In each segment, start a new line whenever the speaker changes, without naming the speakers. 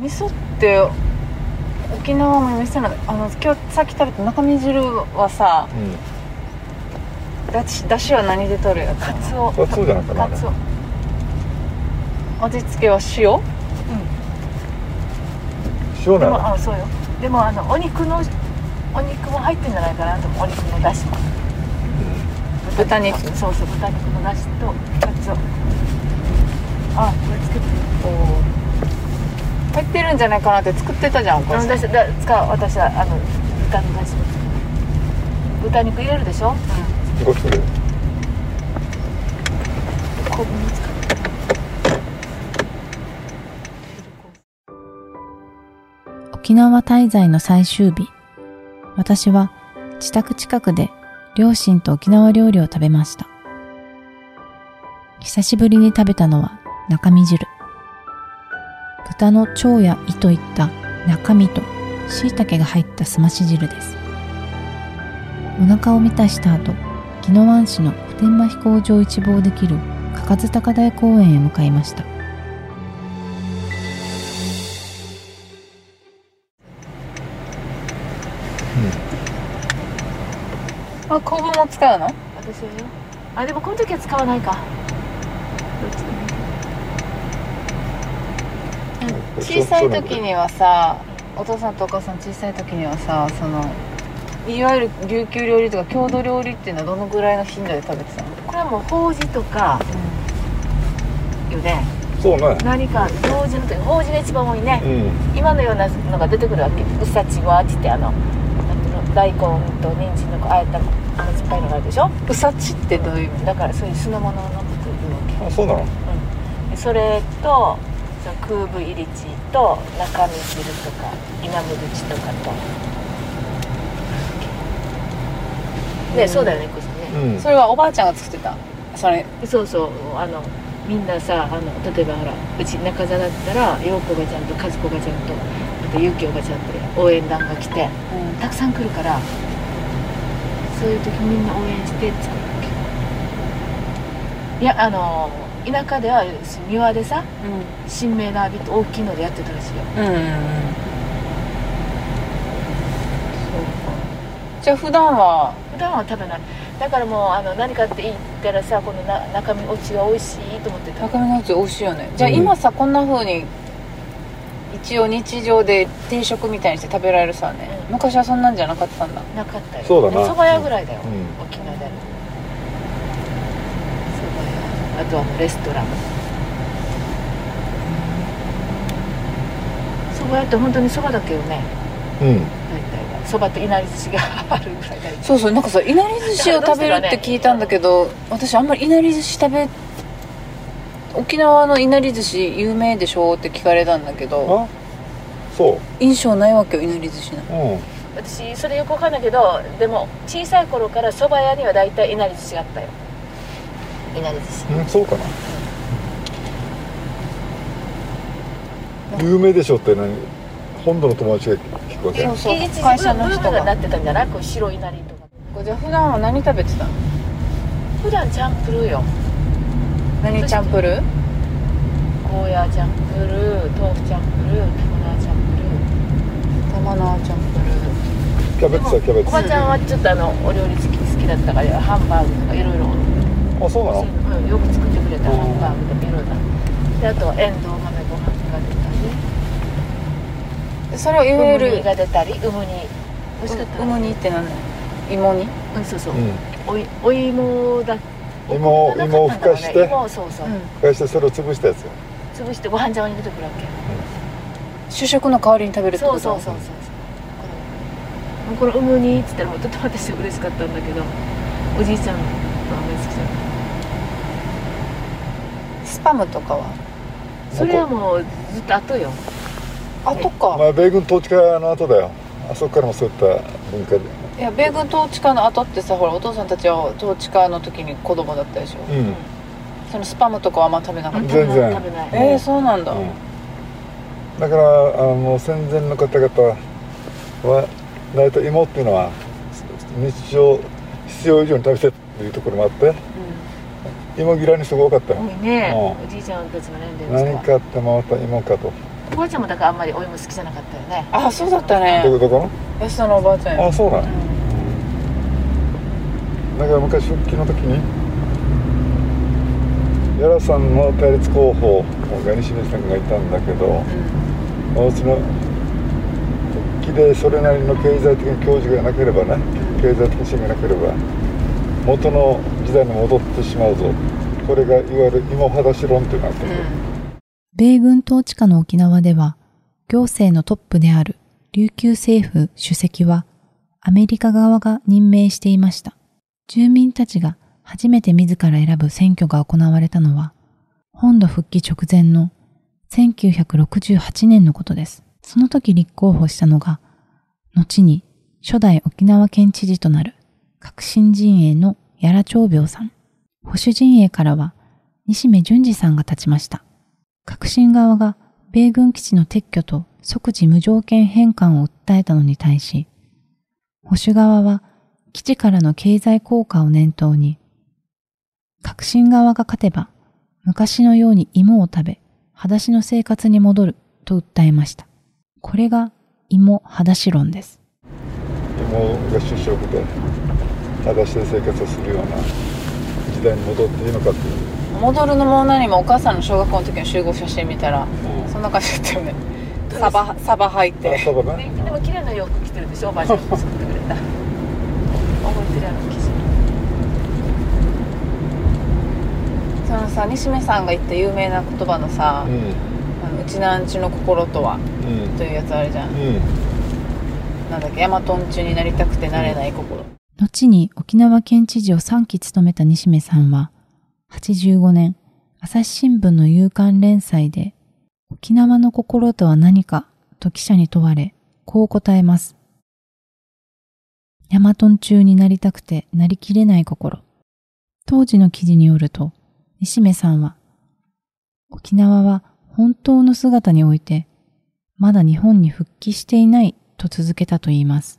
味噌って沖縄も味噌なんだあの今日さっき食べた中身汁はさ
う
だしだしは何で取るやつかつお
んカツオじゃなかった
か
な
つお味付けは塩
塩
で
な
も
の
あそうよでもあのお肉のお肉も入ってんじゃないかなと思うお肉のだしも豚肉そうそう豚肉のだしとかつおあこれ作ってお入ってるんじゃないかなって作ってたじゃんお母
あ
さん
のだしだ使う私はあの豚のだしも使う豚肉入れるでしょ、
動きする
昆布も使う
沖縄滞在の最終日私は自宅近くで両親と沖縄料理を食べました久しぶりに食べたのは中身汁豚の腸や胃といった中身と椎茸が入ったすまし汁ですお腹を満たした後宜野湾市の普天間飛行場を一望できる嘉数高台公園へ向かいました
あ昆布も使うの
私はよあでもこの時は使わないかどっちでもいいけど
小さい時にはさお父さんとお母さん小さい時にはさそのいわゆる琉球料理とか郷土料理っていうのはどのぐらいの頻度で食べてたの、
これはもう法事とかよね
そうね
何か行事の時法事が一番多いね
うん
今のようなのが出てくるわけうさちわちってあのなんていうの大根と人参のこうああやった甘酸っぱいのがあるでしょ
うさちってどういう意味
だからそういう酢の物を飲むというわ
あ
け
そうなの
でそれとその空部入り地と中身汁とか稲むるちとかとね、
うん
そうだよねこさんね、
うん
それはおばあちゃんが作ってたそれ
そうそうあのみんなさあの例えばほらうち中座だったら陽子がちゃんと和子がちゃんとあとゆきおがちゃんと応援団が来てたくさん来るからそういう時みんな応援して作るわけいやあの田舎では庭で
う
さ
ん
新芽の浴びって大きいのでやってたらしいよ
うん、じゃあ普段は
普段は食べないだからもうあの何かって言ったらさこのな中身落ちが美味しいと思って食べ
中身のうち美味しいよねじゃあ今さ、こんな風に一応日常で定食みたいにして食べられるさね、
うん
昔はそんなんじゃなかったんだ
なかったよ
そうだな
蕎麦屋ぐらいだよ、
うん
沖縄である蕎麦屋あとはもうレストラン蕎麦屋って本当に蕎麦だけよね
うん
大体は蕎麦といなり寿司があるぐらいだよ
そうそうなんかさいなり寿司を食べるって聞いたんだけど私あんまりいなり寿司食べ沖縄のいなり寿司有名でしょって聞かれたんだけど
あそ
印象ないわけよいなり寿司なんて
ううん
私それよくわかんないけどでも小さい頃から蕎麦屋には大体いなり寿司があったよいなり寿司
うんそうかな有名でしょって何本土の友達が聞くわけ
そうそう
一時
会社の
ブー
人
ムがな
が
ってたんじゃないこう白いなりとか
じゃあ普段は何食べてたの
普段チャンプルーよ
何チャンプルー
ゴーヤーチャンプルー豆腐チャンプルー玉縄チャンプル
玉縄チャンプルー
ー
キャベツはキャベ
お
ツ
ばちゃんはちょっとあのお料理好き好きだったからハンバーグとかいろいろ
あそうなの
うんよく作ってくれたハンバーグとかいろいろなであとはエンドウ豆ご飯が出たり
それをいわゆ
ウム
る
ニが出たりウムニ美味しかった
うむ
ね
にって何だよ芋に
うんそうそう
う
おいお芋だ
ん芋を芋をふかして
芋をそうそう、
うん
ふかしてそれを潰したやつよ
潰してご飯茶碗に出てくるわけ
主食の代わりに食べるってこ
そう
と
そうそうそうそうこのこのウムニっつったらもうとっても私嬉しかったんだけどおじいちゃんがあんまり好きじゃない
スパムとかは
それはもうずっと後よ
あとか、
まあ米軍統治下の後だよあそこからもそういった文化で
い、や米軍統治下の後ってさほらお父さんたちは統治下の時に子供だったでしょ、
うん
そのスパムとかはあんま食べなかった、
全然
食べない食べない
えー、そうなんだ、
うんだからあの戦前の方々は大体芋っていうのは日常必要以上に食べてっていうところもあって芋嫌いの人が多かったよ、
多いね、
う
おじいちゃんたちの年齢です
何
から
かあってもまた芋かと
おばあちゃんもだからあんまりお芋好きじゃなかったよね
あそうだったね
どこどこ
安田のおばあちゃん
の
よ
あそうなん
う
だから昔復帰の時に屋良さんの対立候補が西野さんがいたんだけど
んうん
おうちの復帰でそれなりの経済的な教授がなければね経済的な支援がなければ元の時代に戻ってしまうぞこれがいわゆる芋裸足論というのがあったんだよ
米軍統治下の沖縄では、行政のトップである琉球政府主席は、アメリカ側が任命していました。住民たちが初めて自ら選ぶ選挙が行われたのは、本土復帰直前の1968年のことです。その時立候補したのが、後に初代沖縄県知事となる革新陣営の屋良長病さん。保守陣営からは西目淳二さんが立ちました。革新側が米軍基地の撤去と即時無条件返還を訴えたのに対し、保守側は基地からの経済効果を念頭に、革新側が勝てば昔のように芋を食べ、裸足の生活に戻ると訴えました。これが芋裸足論です。
芋が主食で裸足で生活をするような時代に戻っていいのかっていう
戻るのも何もお母さんの小学校の時の集合写真見たらそんな感じだったよねサバサバ入っ
あ
て
そうだな
でも綺麗な洋服着てるでしょおばあちゃんが作ってくれた覚えてるやろ記事
そのさ西目さんが言った有名な言葉のさ
うん
あのうちなんちの心とは
うん
というやつあるじゃん
うん
なんだっけヤマトンチになりたくてなれない心
後に沖縄県知事を3期務めた西銘さんは、85年、朝日新聞の夕刊連載で、沖縄の心とは何かと記者に問われ、こう答えます。ヤマトン中になりたくてなりきれない心。当時の記事によると、西銘さんは、沖縄は本当の姿において、まだ日本に復帰していないと続けたといいます。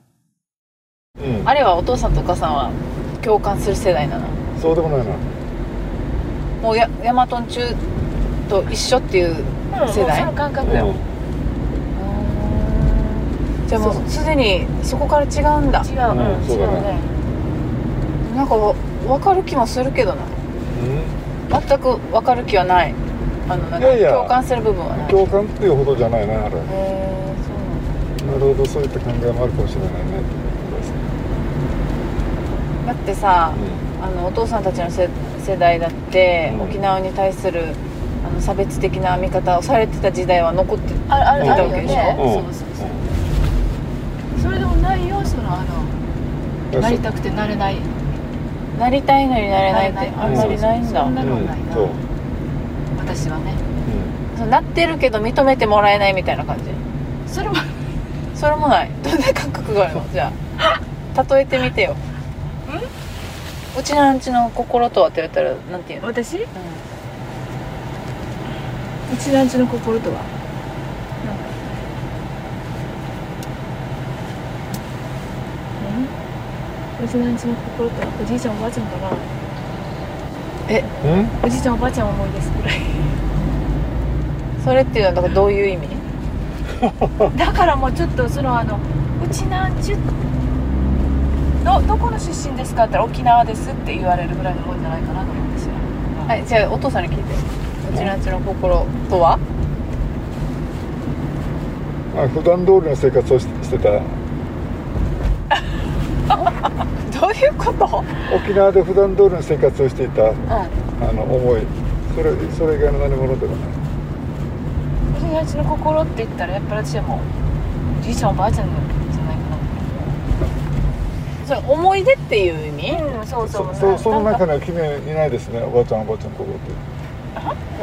うん
あれはお父さんとお母さんは共感する世代なの
そうでもないな
もうやヤマトン中と一緒っていう
うん
世代
もうその感覚だよ、
うん
じゃあも
そう
うすでにそこから違うんだ
違う、う
う
ん
んそうだね
違うね
なんかわ分かる気もするけどな
う
全く分かる気はないあのなん
いやいや
か共感する部分はなんい
共感っていうほどじゃないなあれな
へーそうなん
るほどそういった考えもあるかもしれないねってことですね
だだってさあのお父さんたちの世世代だって、
うん
沖縄に対するあの差別的な見方をされてた時代は残って
ああるあるよ
見た
ね、
うん
そうそうそうそれでもないよそのあの
うん
なりたくてなれない
なりたいのになれないってあんまりないんだ、
そんな
う
の
ん
ないな、
そう
私はね
う
そうなってるけど認めてもらえないみたいな感じ
それも
それもない どんな感覚がある のじゃあ例えてみてようちのアンチの心とはって言われたらなんて言うの、
私うちなんちの心とはうんうちなんちの心とはおじいちゃんおばあちゃんかなん
うん
おじいちゃんおばあちゃんを思い出すくらい
それっていうのはだからどういう意味
だからもうちょっとそのあのうちなんちゅどどこの出身ですかって言ったら沖縄ですって言われるぐらいのもんじゃないかなと思うんですよ
はいじゃあお父さんに聞いてうちのアンチの心とは
あ普段通りの生活をししてた
どういうこと
沖縄で普段通りの生活をしていたあの思いそれそれ以外の何者でもない
おじいちゃんの心って言ったらやっぱり私はもうおじいちゃんおばあちゃんじゃない
それ
かな
思い出っていう意味
うん、そうそ。
そうそその
なんか
中には君はいないですねおばあちゃんおばあちゃんここって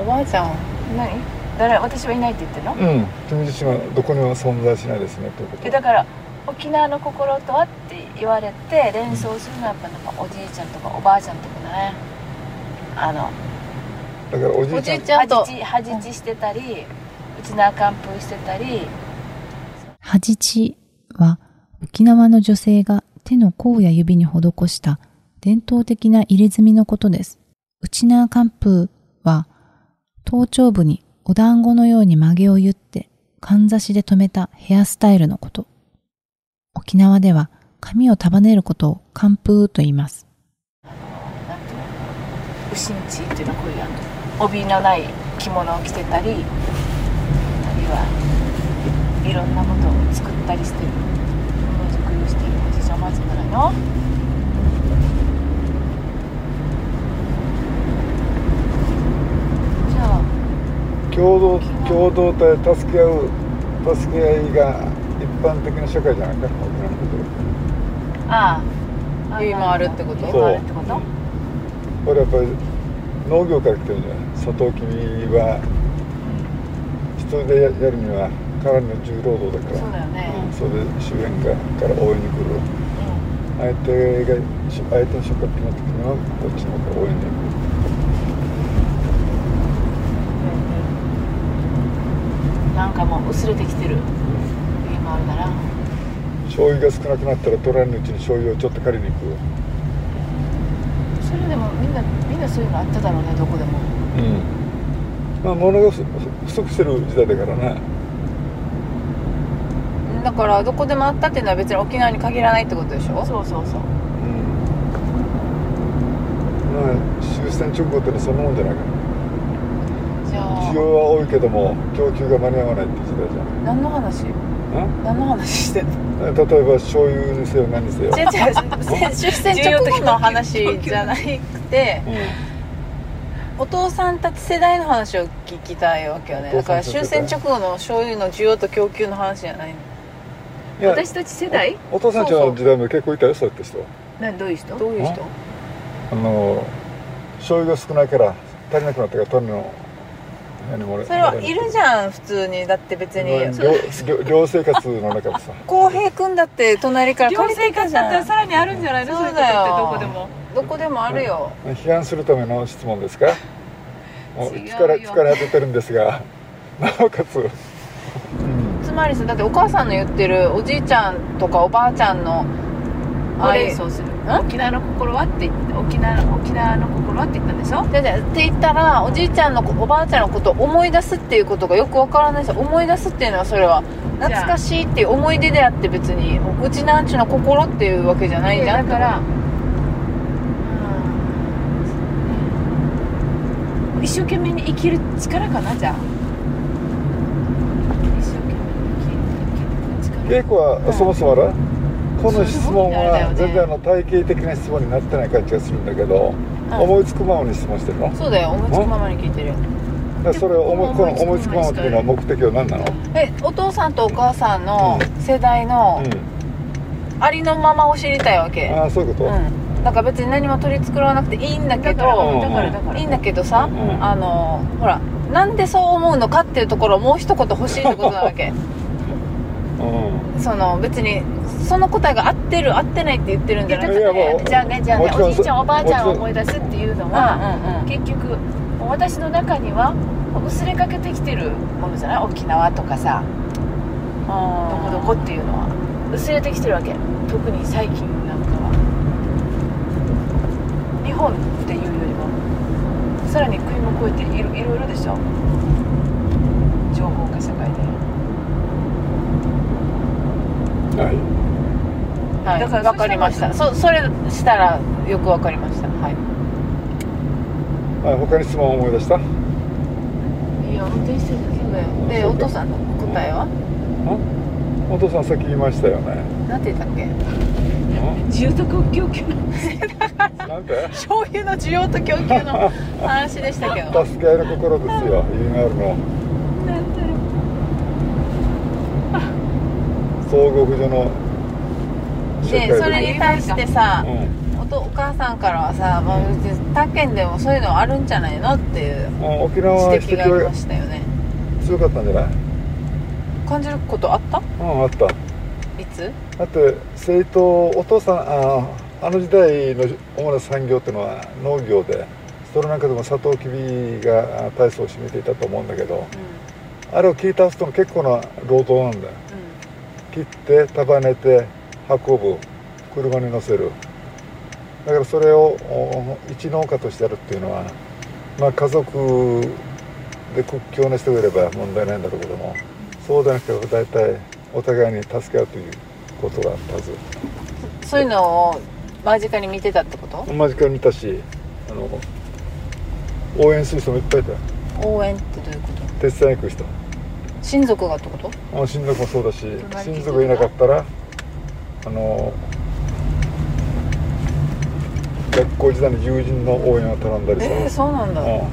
おばあちゃん
何誰私はいないって言ってるの
うん君自身はどこにも存在しないですねということ
えだから沖縄の心とはって言われて連想するのはやっぱなんかおじいちゃんとかおばあちゃんとかねあの
だからおじ
お
いち
じ
ゃ
い
ん
ちゃんと
はじちはじちしてたり、うちなあかんぷーしてたり
ハジチは沖縄の女性が手の甲や指に施した伝統的な入れ墨のことです。ウチナーカンプーは頭頂部にお団子のように曲げを結ってかんざしで留めたヘアスタイルのこと。沖縄では髪を束ねることを寒風と言います。
なんていうの牛んちっていうのはこういうやん帯のない着物を着てたりあるいはいろんなものを作ったりしてるものづくりをしているおじいちゃんおばあちゃんじゃないのじゃあ
共同共同体助け合う助け合いが一般的な社会じゃないか沖縄の
あああ
ゆいもあるってこと
ゆいもあるってこと
そうこれやっぱり農業から来てるんじゃないサトウキビは一人でやるにはかなりの重労働だから
そうだよね、
それで周辺から応援に来る相手が相手の職が決まった時にはこっちの方から応援に来る
うんなんかもう薄れてきてるゆいもあるなら
醤油が少なくなったら取られるうちに醤油をちょっと借りに行く
それでもみんなみんなそういうのあっただろうねどこでも
うんまあ物が不不足してる時代だからな
だからどこでもあったっていうのは別に沖縄に限らないってことでしょ
そうそうそ
う
う
んまあ終戦直後ってのはそんなもんじゃないかな
じゃあ
需要は多いけども供給が間に合わないって時代じゃ
何の話
ない
何の話してんの
な例えば醤油にせよ何に せよ、
違う違う出産直後の話じゃなくて
う
お父さんたち世代の話を聞きたいわけよねだから
お父さ
終
んた
戦
ち世代
直後の醤油の需要と供給の話じゃない
ん、いや
私たち世代
おお父さんちの時代も結構いたよそうやって人
何どういう人
どういう人
あの醤油が少ないから足りなくなったから取るの何も俺
それはいるじゃん普通にだって別に
うん寮寮寮生活の中でさ
浩平君だって隣から
寮
借りて
生
きた
活
じ
だった
ゃ
ら
ん
さらにあるんじゃないの
そう
いうこ
だよ
とってどこでも
どこでもあるよ
批判するための質問ですかもう
違うよ
疲れ疲れ果ててるんですが なおかつ、うん、
つまりさだってお母さんの言ってるおじいちゃんとかおばあちゃんの
あ
あ
れ
れ
そうする
ん
沖縄の心はって言って沖縄の沖縄の心はって言ったんでしょ
じゃじゃって言ったらおじいちゃんのこおばあちゃんのことを思い出すっていうことがよくわからないし思い出すっていうのはそれは懐かしいっていう思い出であって別にうちなんちゅの心っていうわけじゃないじゃ
だ
ん
からうん一生懸命に生きる力かなじゃあ一生懸命に生きる生きる
稽
力
古はそもそもあれ、この質問
そういうことになるんだよ
は
ね
全然あの体系的な質問になってない感じがするんだけど、思いつくままに質問してるの
そうだよ思いつくままに聞いてるよ
だからそれを思いこの思
思
い
い
つ
つ
く
く
まま
まま
っ
に
ていうのは目的は何なの、
えお父さんとお母さんの
う
世代の
う
ありのままを知りたいわけ
ん、ああそういうこと、
うんだから別に何も取り繕わなくていいんだけ
だから
ど
うん
だからだから
いいんだけどさ、
うん
あのほらなんでそう思うのかっていうところをもう一言欲しいってことなわけ
うん
その別にその答えが合ってる合ってないって言ってるんじゃなく
い
て
やもう
じゃあねじゃあね
もちろん
おじいちゃんおばあちゃん
もちろ
を
ん
思い出すっていうの
うんう
は
んうん
結局私の中には薄れかけてきてるものじゃない沖縄とかさどこどこっていうのは薄れてきてるわけ特に最近なんかは日本っていうよりもさらに国も超えていろいろいろでしょ情報化社会で、
はい
はい、だ
だか
からら分かりましたそそれしたらよく分かりましたはい
あ他に質問思い出したん
いや運転してるだけだよ
で
そう
お
か
父さんの答えは
お父さんさっき言いましたよね
なんて言ったっけ
ん
住宅供給の
なんて
醤油の需要と供給の 話でしたけど
助け合いの心ですよ意味があるの
なんだろう
総合扶助の紹介
でそれに対してさ
うん
おとお母さんからはさ、まあ、うち他県でもそういうのあるんじゃないのっていう
うん、沖縄は
指
指
摘
摘
があり
は
ましたよね
強かったんじゃない
感じることあった
うんあった
いつ
だって政党お父さんああの時代の主な産業っていうのは農業でその中でもサトウキビがあ大層を占めていたと思うんだけどあれを切り倒すとの結構な労働なんだよ切って束ねて運ぶ車に乗せるだからそれをお一農家としてやるっていうのは、まあ、家族で屈強な人がいれば問題ないんだろうけどもそそうじゃなくて大体お互いに助け合うということがあったはず
そういうのを間近に見てたってこと
間近に見たしあの応援する人もいっぱいいたよ
応援ってどういうこと
手伝いに来る人
親族がってこと
あ親族もそうだし
隣
親族がいなかったらあの学校時代の友人の応援を頼んだりさ、
えー、そうなんだ、
うん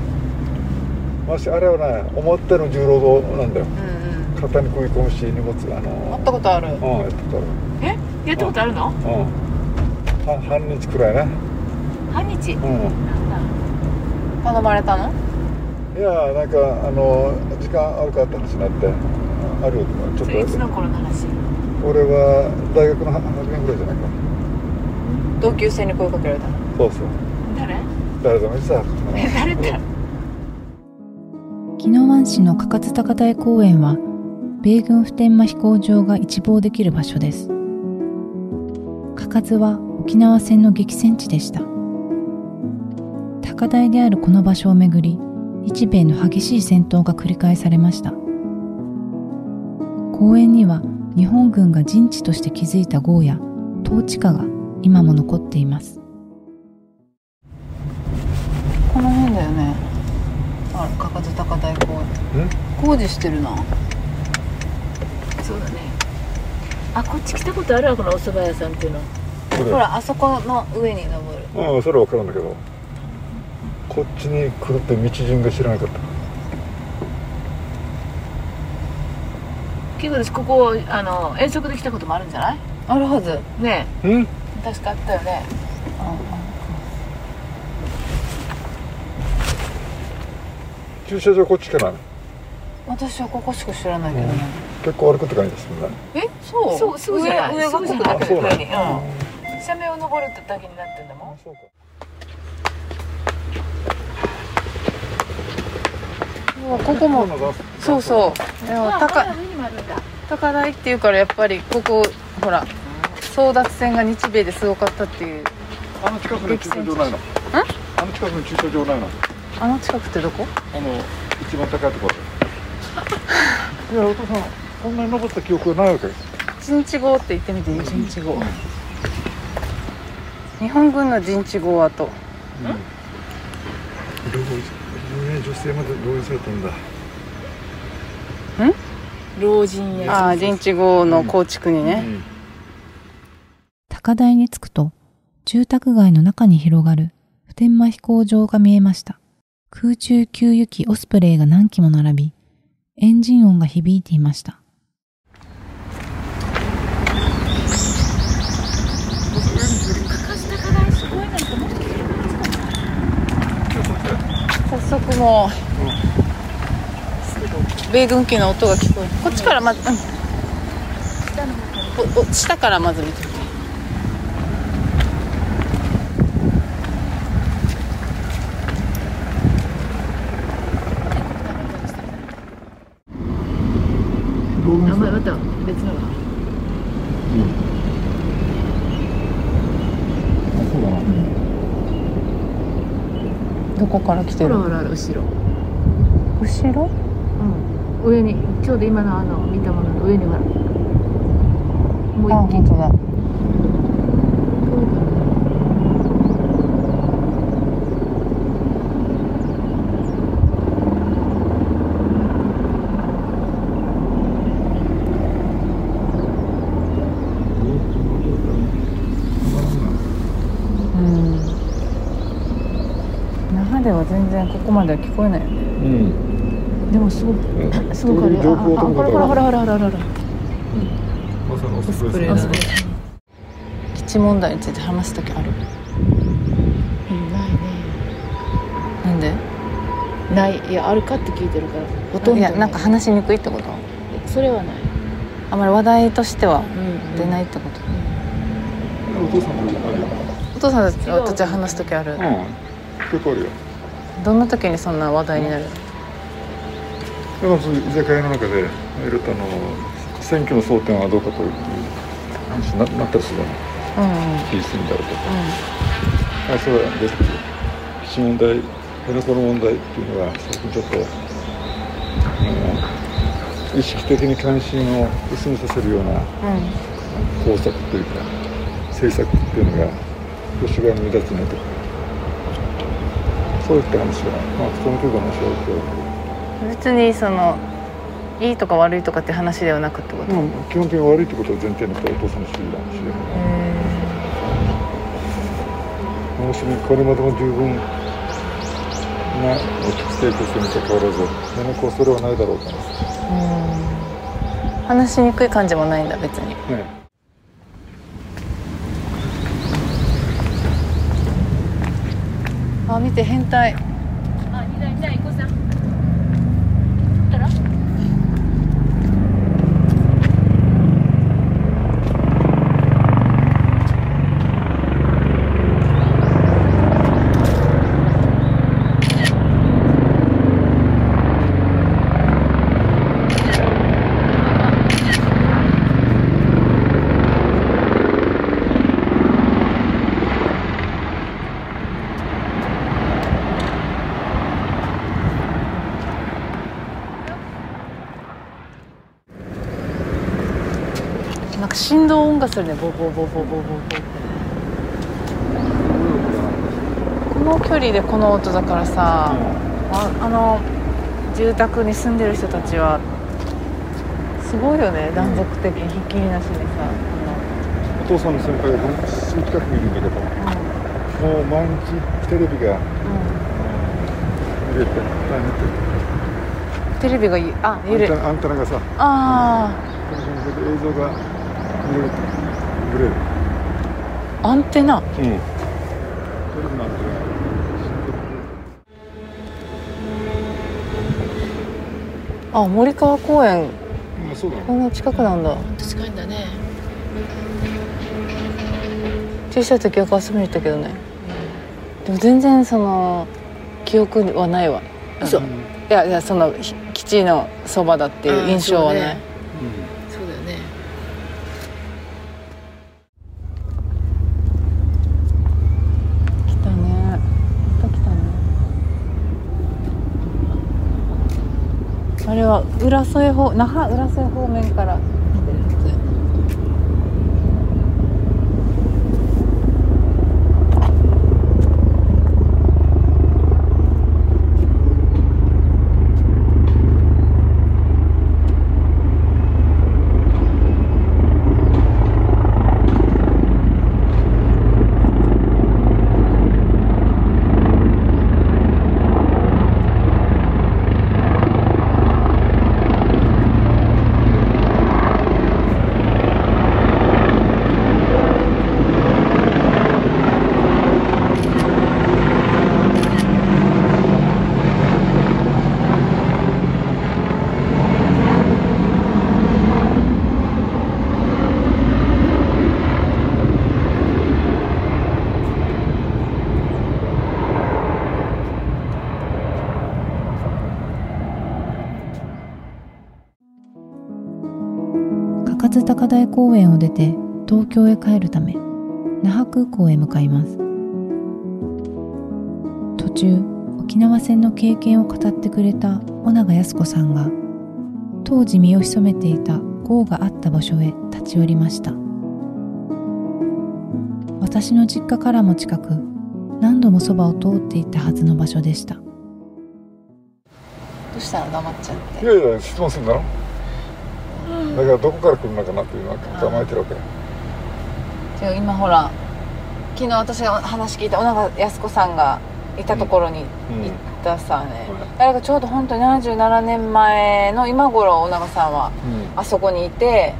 ましあれはね思ったよりの重労働なんだよ
うん
肩に食い込むし荷物あ
うん
の
会ったことある
うんやってたら
えやったことあるの
うんは半日くらいな
半日
うん
なんだ
頼まれたの
いやなんかあの時間あるかって話になってあるよちょ
それい
っ
つ
と
の頃の話
俺は大学の初めぐらいじゃないか
同級生に声かけられたの
そうそう
誰
誰でもいいさ
え誰って
宜野湾市の中津高台公園は米軍普天間飛行場が一望できる場所です中津は沖縄戦の激戦地でした高台であるこの場所をめぐり日米の激しい戦闘が繰り返されました公園には日本軍が陣地として築いた壕や統治下が今も残っています
この辺だよねあらか津高台公園
ん
工事してるな
そうだねあこっち来たことあるわこのお蕎麦屋さんっていうの
それ
ほらあそこの上に登る
うんそれは分かるんだけどこっちに来るって道順が知らなかった
結構私ここあの遠足で来たこともあるんじゃない
あるはず
ね
うん
え確かあったよね
駐車場こっちかな
私はここしか知らないけどね、
結構歩くって感じですもんね
えそう
そうすぐじゃない
上上がここだ
あ
け
そうなん
上に
だ
斜面を登るだけになってんだもん
あそうか
もうここもそうそうでも高
あ上にもあるんだ
高台っていうからやっぱりここほら争奪戦が日米ですごかったっていう
あの近くに駐車場ないのんあの近くに駐車場ないの
あの近くってどこ
あの一番高いところいやお父さんこんなに登った記憶がないわけです
陣地号って言ってみていい陣地号日本軍の陣地号跡
どういう女性まで同意されたんだ
老人や
ああ陣地号の構築にね、
高台に着くと住宅街の中に広がる普天間飛行場が見えました空中給油機オスプレイが何機も並びエンジン音が響いていました
早速もう米軍機の音が聞こえるこっちからまず、うん、おお下からまず見てみて
名前また別のが
そうだな
どこから来て
ほら
る
ほらほら後ろ
後ろ
うん上にちょうど今のあの見たものの上にほら
あ
もう一気
本当だうん那覇では全然ここまでは聞こえないよね
うん
でもすごくすごくある
どういう情報を取る
ほら
こと
ほら
が
ほらほらほらほら
まさのスプ
レーだね基地問題について話す時ある
ないね
なんで
ないいやあるかって聞いてるからほとんど
いやなんか話しにくいってこと
それはない
あまり話題としては出
い
ないってこと、
お父さんもあるよ
お父さんとじゃあ話す時ある、
うん結構あるよ
どんな時にそんな話題になる、
だからそういう居酒屋の中でいろいろとあの選挙の争点はどうかという話にななったりするの
うん、うん
気にするんだろうとあそうだです基地問題辺野古の問題っていうのは最近ちょっとあの意識的に関心を薄めさせるような
う
工作というか政策っていうのが吉が目立つねとかそういった話はまあその程度の話は
ん、別にそのいいとか悪いとかって話ではなくってこと、
今日まあ基本的に悪いってことを前提にしたお父さんの主義の話で
へ
もしこれまでも十分な生活に関わらず何もそれはないだろうと思います
ーうん話しにくい感じもないんだ別に
ね
あ見て変態
あ、二台ない、こさん。
なんか振動音がするねボーボーボーボーボーボーボーってこの距離でこの音だからさ、ああの住宅に住んでる人たちはすごいよね断続的にひっきりなしにさ、
お父さんの先輩が近くにいるんだけど
あの
もう毎日テレビ
う
が
ん
見れて大変っ
うん、テレビがゆあ揺れ
てアン
る
テナアンテナがさ
あ
この辺で映像が見れる見れる
あアンテナ
うんテレビのアンテナが
あ森川公園
うんそうだね
こんな近くなんだ
本当近いんだね。
小さい時よく遊びに行ったけどねでも全然その記憶にはないわ
嘘。
ん
いやいやそのひ基地のそばだっていう印象は
あー
ね
そうだよね。
来たねまた来たねあれは浦添方那覇浦添方面から来てるやつ
中津高台公園を出て東京へ帰るため那覇空港へ向かいます途中沖縄戦の経験を語ってくれた尾長靖子さんが当時身を潜めていた壕があった場所へ立ち寄りました私の実家からも近く何度もそばを通っていたはずの場所でした
どうしたの黙っちゃって
いやいや質問するんだろだからどこから来るのかなっていうのは構えてるわけ
じゃあ今ほら昨日私が話聞いた小長靖子さんがいたところに
うん
行ったさね、
うん
あれがちょうど本当に77年前の今頃小長さんは
うん
あそこにいて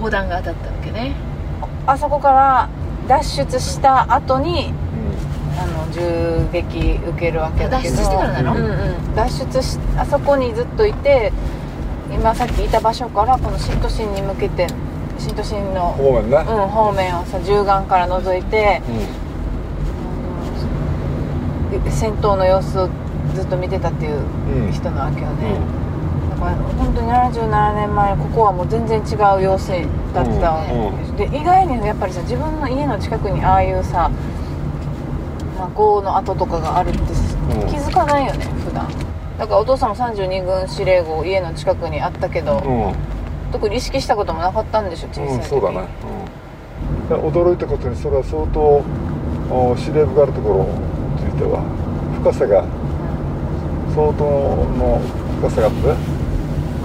砲弾が当たったわけね。
あそこから脱出した後にあの銃撃受けるわけだ
脱
け
出
ど
してからなの。
うんうん、脱出しあそこにずっといて今さっきいた場所からこの新都心に向けて新都心の、
ごめんな、
うん、方面をさ銃眼から覗いて
う
で戦闘の様子をずっと見てたっていうん
うん
人なわけよね、だから本当に77年前ここはもう全然違う様子だったわけ、
う
で意外にやっぱりさ自分の家の近くにああいうさ、まあ、豪雨の跡とかがあるって気づかないよね普段だからお父さんも32軍司令号家の近くにあったけど、
うん
特に意識したこともなかったんでしょ小さい時、
うん、そうだね、うん、だ驚いたことにそれは相当お司令部があるところについては深さが相当の深さがあって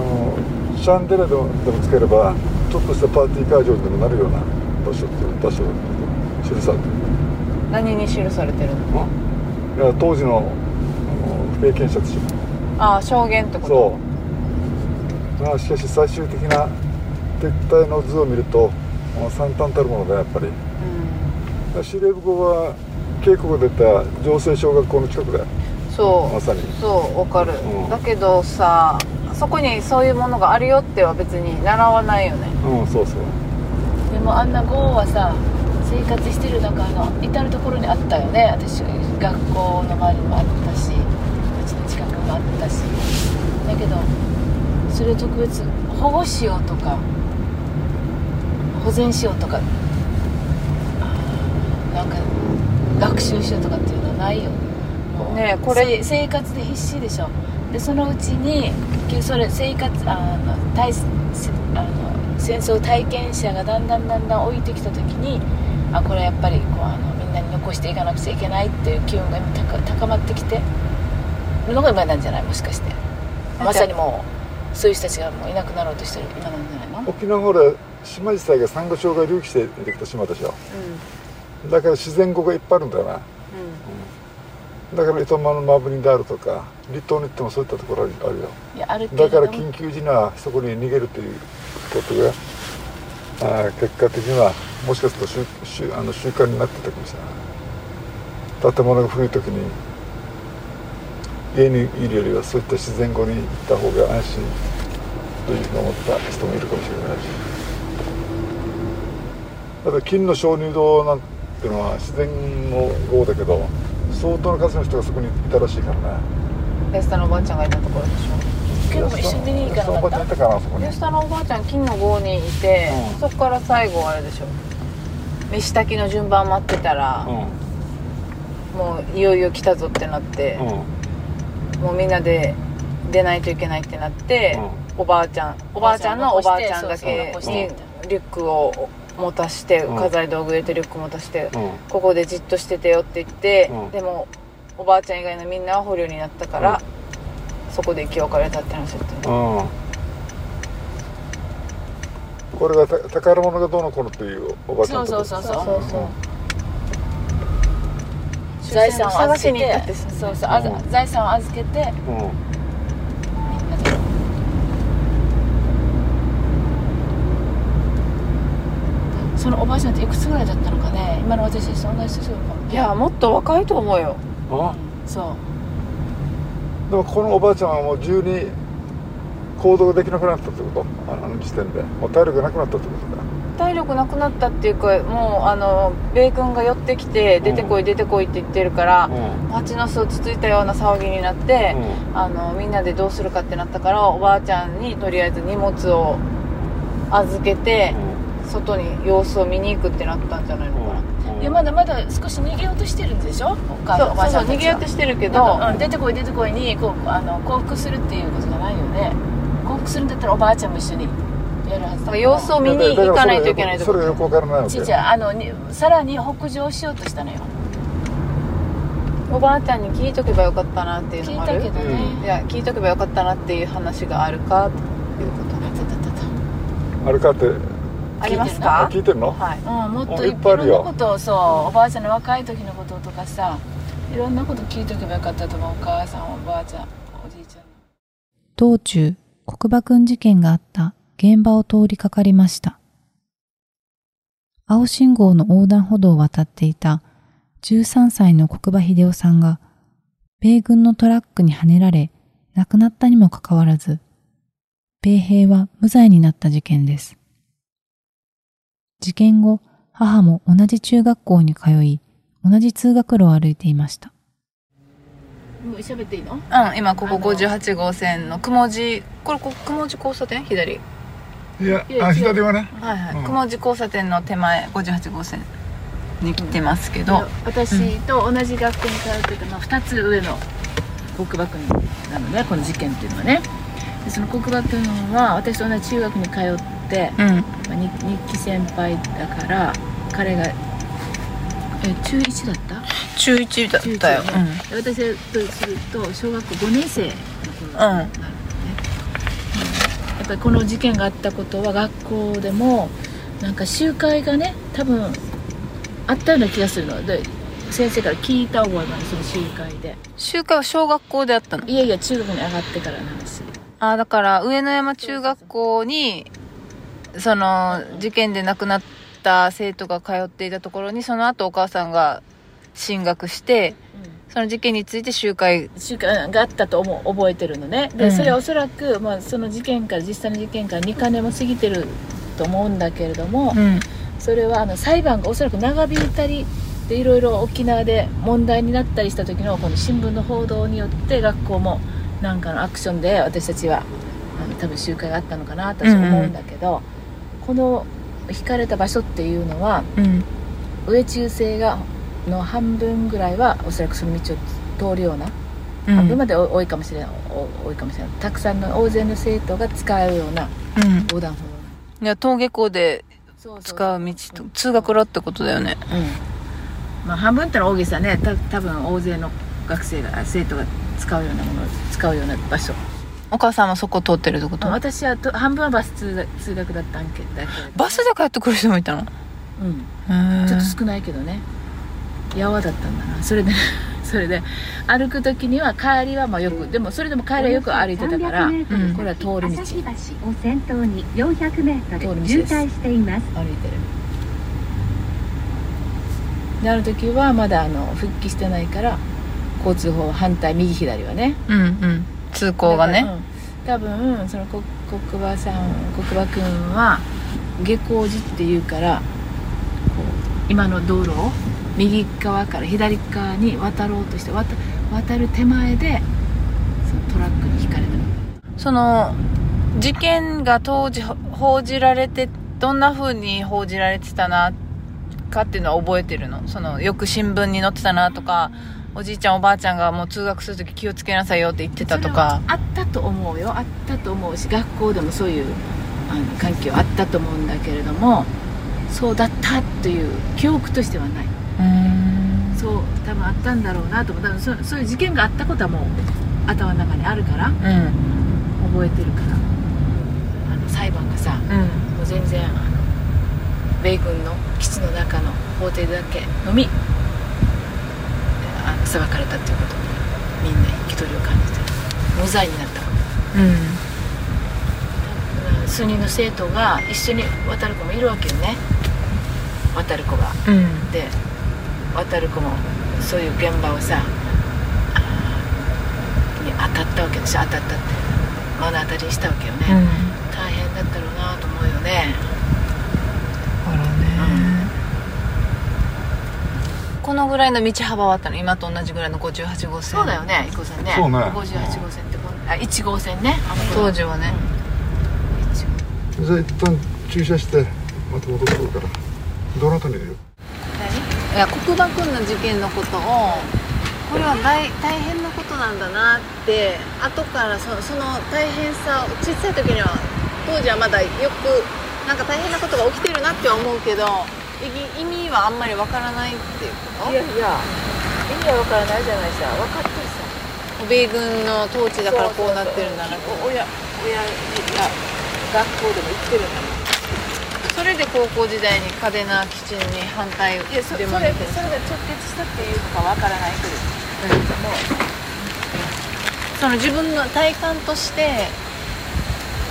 あのシャンデレでもでもつければちょっとしたパーティー会場にでもなるような場所っていう場所記されてる
何に記されてるの
いや当時のあの不経験者たちも
ああ証言ってこと
そうまあしかし最終的な撤退の図を見るとあ惨憺たるものだやっぱり司令部校は稽古が出た城西小学校の近くだよ
うんそう
まさに
そうわかる、
うん
だけどさそこにそういうものがあるよっては別に習わないよね
うんそうそう
でもあんな豪雨はさ生活してる中あの至る所にあったよね私学校の周りにもあったしうちの近くにもあったしだけどそれを特別保護しようとか保全しようとかあーなんか学習しようとかっていうのはないよもう
ねえこれ
せ生活で必死でしょでそのうちに結局それ生活あの体せあの戦争体験者がだんだんだんだん置いてきた時にあこれやっぱりこうあのみんなに残していかなくちゃいけないっていう機運が今高高まってきてるのが今なんじゃないもしかしてまさにもうそういう人たちがもういなくなろうとしてる今なんじゃないの
沖縄ほら島自体が珊瑚礁が隆起してできた島でしょだから自然語がいっぱいあるんだよなだから糸満のマブリンであるとか離島に行ってもそういったところあるよ
いやあるけれ
だ
ど
か
も
ら緊急時にはそこに逃げるということがあー結果的にはもしかすると習習あの習慣になってたかもしれない建物が古い時に家にいるよりはそういった自然語に行った方が安心というふうに思った人もいるかもしれないしだから金の鍾乳洞なんてのは自然の号だけど相当な数の人がそこにいたらしいからね
安スタのおばあちゃんがいたところでし
結構一緒に見に行かなか
そうその
っ
場所にいた
た
かなそこ
ょ
に
安スタのおばあちゃん金の郷にいて、
うん
そこから最後あれでしょ飯炊きの順番待ってたら、
う
もういよいよ来たぞってなって、
んうん
もうみんなで出ないといけないってなって、おばあちゃんおばあちゃんのおば
おば
あ
あ
ち
ち
ゃ
ゃ
ん
ん
だ
残して
け
そうそう残して
に
みたい
リュックを持たして
うん
家財道具入れてリュック持たして、
うん
ここでじっとしててよって言って、
うん
でもおばあちゃん以外のみんなは捕虜になったから、そこで生き別れたって話だったよね
うんこれがた宝物がどうのこうのっていうおばあちゃんと
そうそうそうそう
そうそう
財産を
探
預
し
け
に行ったっててさ
そうそうあざ
うん
財産を預けて
うん
みんなでそのおばあちゃんっていくつぐらいだったのかね今の私と同じ年だかも
いやもっと若いと思うよ
あ
そ
でもこのおばあちゃんはもう自由に行動ができなくなったってことあのあの時点でもう体力がなくなったってことだ
体力なくなったっていうかもうあの米軍が寄ってきて出てこ
う
い出てこいって言ってるから、
うん
蜂の巣をつついたような騒ぎになって、
うん
あのみんなでどうするかってなったからおばあちゃんにとりあえず荷物を預けて外に様子を見に行くってなったんじゃないのかな、
うん
ういやまだまだ少し逃げようとしてるんでしょお母さんおばあ
そうそうんそ
ちゃ
う
た
逃げ
ち
よ
は
うとしてるけ
け
ど、
ど、うん、出てこい出てこいにこうあの降伏するっていうことがないよね降伏するんだったらおばあちゃんも一緒にやるはず
なん
だ
か様子を見に行かないといけないと
そ
こ
れがよくわからないわけ
ちいちゃんあのにさらに北上しようとしたのよ
おばあちゃんに聞いとけばよかったなっていうの
聞い
もあ
た
る
けどね、
いや聞いとけばよかったなっていう話があるかっていうこと
あたたたた
あれかって
あります
あ
か
聞いてるの、
はい
うん、もっ
あ
と
い
い
っぱいあ
ろ
る
ん
よ
なことをそうおばあちゃんの若い時のこととかさいろんなこと聞いとけばよかったと思うお母さんおばあちゃんおじいちゃん
道中、国馬くん事件があった現場を通りかかりました。青信号の横断歩道を渡っていた13歳の国馬秀夫さんが、米軍のトラックにはねられ、亡くなったにもかかわらず、米兵は無罪になった事件です。事件後、母も同じ中学校に通い、同じ通学路を歩いていました。
もう喋っていいの
うん、今ここ58号線の雲地これこ雲地交差点左
いや
いや
あ
違う
左はね
はいはい、
うん
雲地交差点の手前58号線に来てますけど、
私と同じ学校に通ってたの2つ上の国馬君なのねこの事件っていうのはねでその国馬君は私と同じ中学に通って、
うん
まあ、に日記先輩だから彼がえ中1だった
中1だったよ、
中一ねで私とすると小学校5年生の頃になるのね、うんやっぱりこの事件があったことは学校でもなんか集会がね多分あったような気がするので先生から聞いた覚えがあるその集会で
うん、集会は小学校であったの
いやいや中学に上がってからの話
ああだから上野山中学校にその事件で亡くなった生徒が通っていたところにその後お母さんが進学してその事件について集会
集会があったと思う覚えてるのねで、
うん
それはおそらく、まあ、その事件から実際の事件から2か年も過ぎてると思うんだけれども、
うん
それはあの裁判がおそらく長引いたりでいろいろ沖縄で問題になったりした時のこの新聞の報道によって学校もなんかのアクションで私たちはあの多分集会があったのかなと私は思うんだけど、この引かれた場所っていうのは
うん
上中生がの半分ぐらいはおそらくその道を通るような
う
半
ん
分まで多いかもしれないお多いかもしれないたくさんの大勢の生徒が使うような
うん
横断歩道
いや登下校で
そうそうそう
使う道と通学路ってことだよね
うんまあ、半分ってのは大げさねた多分大勢の学生があ生徒が使うようなものを使うような場所、
お母さんもそこ通ってるってこと、
まあ私はと半分はバス通学通学だったんけだけれど
バスで帰ってくる人もいたの
うん
へえ
ちょっと少ないけどねやわだったんだなそれで それで歩く時には帰りはまあよくでもそれでも帰りはよく歩いてたから歩い
うん
これは通り道
朝日橋を先頭に400メート
通り道で
ル
す
渋滞しています。
てるである時はまだあの復帰してないから交通法反対右左はね
うんうん通行がね
だからうん多分そのこ黒馬さん黒馬くんは下校時っていうからこう今の道路を右側から左側に渡ろうとして渡渡る手前でそのトラックにひかれた
その事件が当時ほ報じられてどんな風に報じられてたなかっていうのは覚えてるのそのよく新聞に載ってたなとかおじいちゃんおばあちゃんがもう通学する時気をつけなさいよって言ってたとか
それはあったと思うよあったと思うし学校でもそういうあの環境あったと思うんだけれどもそうだったという記憶としてはないう
ーん
そう多分あったんだろうなと思う多分そそういう事件があったことはもう頭の中にあるから
うん
覚えてるからあの裁判がさ
うん
もう全然あの米軍の基地の中の法廷だけのみあの裁かれたっていうことにみんな憤りを感じて無罪になったうん数人の生徒が一緒に渡る子もいるわけよね渡る子が
うんうん
で渡る子もそういう現場をさあーに当たったわけでしょ当たったって目の当たりにしたわけよね、
うん
大変だったろうなと思うよね
あらねこのぐらいの道幅はあったの今と同じぐらいの58号線
そうだよね伊子さんね
そうね
58号線ってこんあ1号線ねあの
当時はね、
1号
じゃあ一旦駐車してまた戻ってくるからどなたにいるよ
いや黒馬くんの事件のことをこれは大大変なことなんだなって後からそその大変さを小さい時には当時はまだよくなんか大変なことが起きてるなっては思うけど意義意味はあんまりわからないっていうこ
いやいや意味は分からないじゃないさ分かってるさ
と米軍の統治だからこうなってるんだな
お親親が学校でも行ってるんだ
それで高校時代に嘉手納基地に反対を
いやそそ
デ
れそ
モ
れが
に
直結したっていうのかわからないけれども、
その自分の体感として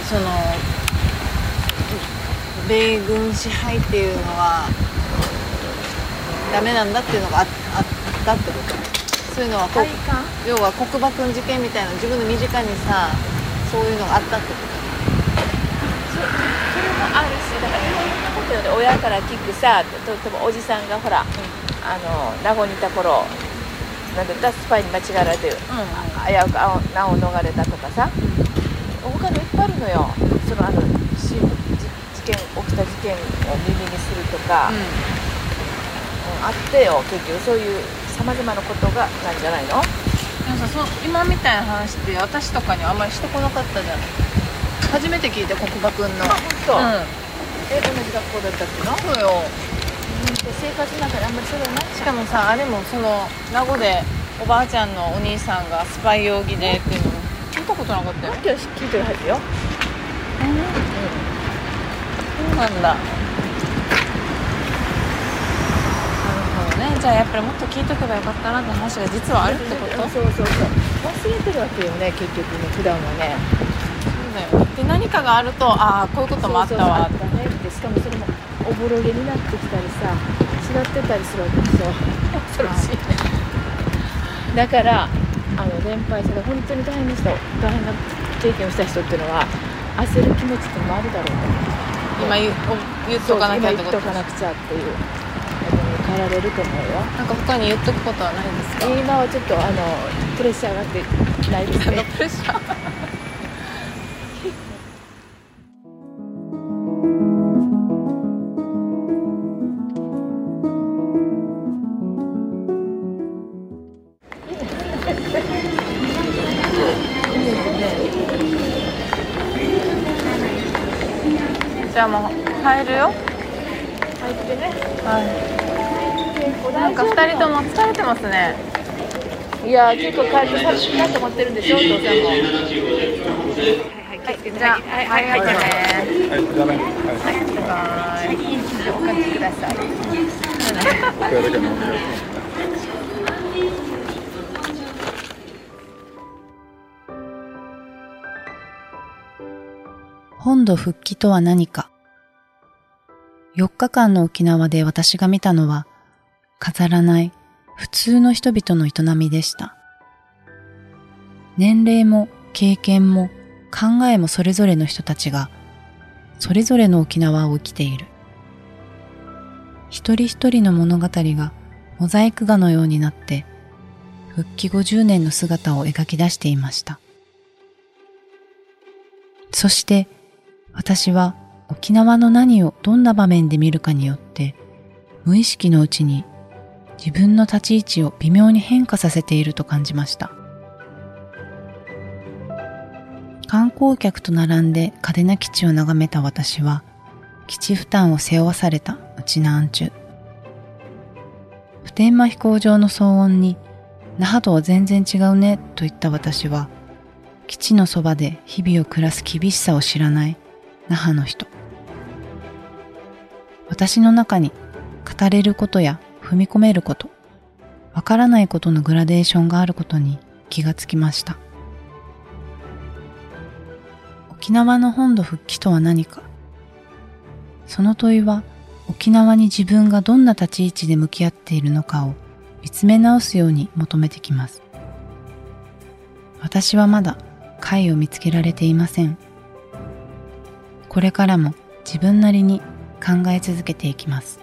その米軍支配っていうのはダメなんだっていうのがああったってことそういうのはこう
体感
要は黒馬くん事件みたいな自分の身近にさそういうのがあったってこ
そそれもあるしだからいろんなことよね親から聞くさとってもおじさんがほら、あの名護にいた頃なんだったスパイに間違えられてる
とうん
危うく青難を逃れたとかさ他のいっぱいあるのよそのあの新聞じ事件起きた事件を耳にするとか、うんあってよ結局そういうさまざまなことがなんじゃないのもさそう今みたいな話って私とかにあんまりしてこなかったじゃん初めて聞いて国場くんの
あ
う
本当。
ん
え同じ学校だったっけな
そうよ
生活の中であんまりそれはない
しかもさあれもその名護でおばあちゃんのお兄さんがスパイ容疑でっていうの聞いたことなかったよ
今日聞いてるはずよ
そうなんだなるほどねじゃあやっぱりもっと聞いとけばよかったなって話が実はあるってことそ
そう
う
そうそう忘れてるわけよね結局ね普段はね
だよで何かがあるとああこういうこともあったわ
そうそうそうあったねってしかもそれもおぼろげになってきたりさ違ってたりするわけでしょ 恐ろしいねだからあの年配者で本当に大変でした大変な経験をした人っていうのは焦る気持ちってのもあるだろうと
今言うお言っとかなきゃっ
そ
て
う今言っ
こと
とかなくちゃっていうでも変えられると思うよ
なんか他に言っとくことはないんですか
今はちょっとあのプレッシャーがあってないですね
のプレッシャーじゃあもう帰るよはいなんか二人とも疲れてますね
いやー結構帰って寂しいなと思ってるんでしょお父さんも
じゃあはいはいね
はいじゃあねはい
お貸しください
これだけの
本土復帰とは何か。4日間の沖縄で私が見たのは、飾らない普通の人々の営みでした。年齢も経験も考えもそれぞれの人たちが、それぞれの沖縄を生きている。一人一人の物語がモザイク画のようになって、復帰50年の姿を描き出していました。そして私は沖縄の何をどんな場面で見るかによって無意識のうちに自分の立ち位置を微妙に変化させていると感じました観光客と並んで嘉手納基地を眺めた私は基地負担を背負わされた内南中普天間飛行場の騒音に那覇とは全然違うねと言った私は基地のそばで日々を暮らす厳しさを知らない那覇の人私の中に語れることや踏み込めることわからないことのグラデーションがあることに気がつきました沖縄の本土復帰とは何かその問いは沖縄に自分がどんな立ち位置で向き合っているのかを見つめ直すように求めてきます私はまだ貝を見つけられていませんこれからも自分なりに考え続けていきます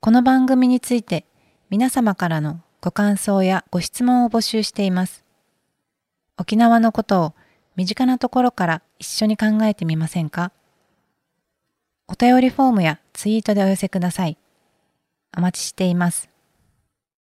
この番組について皆様からのご感想やご質問を募集しています沖縄のことを身近なところから一緒に考えてみませんかお便りフォームやツイートでお寄せくださいお待ちしています。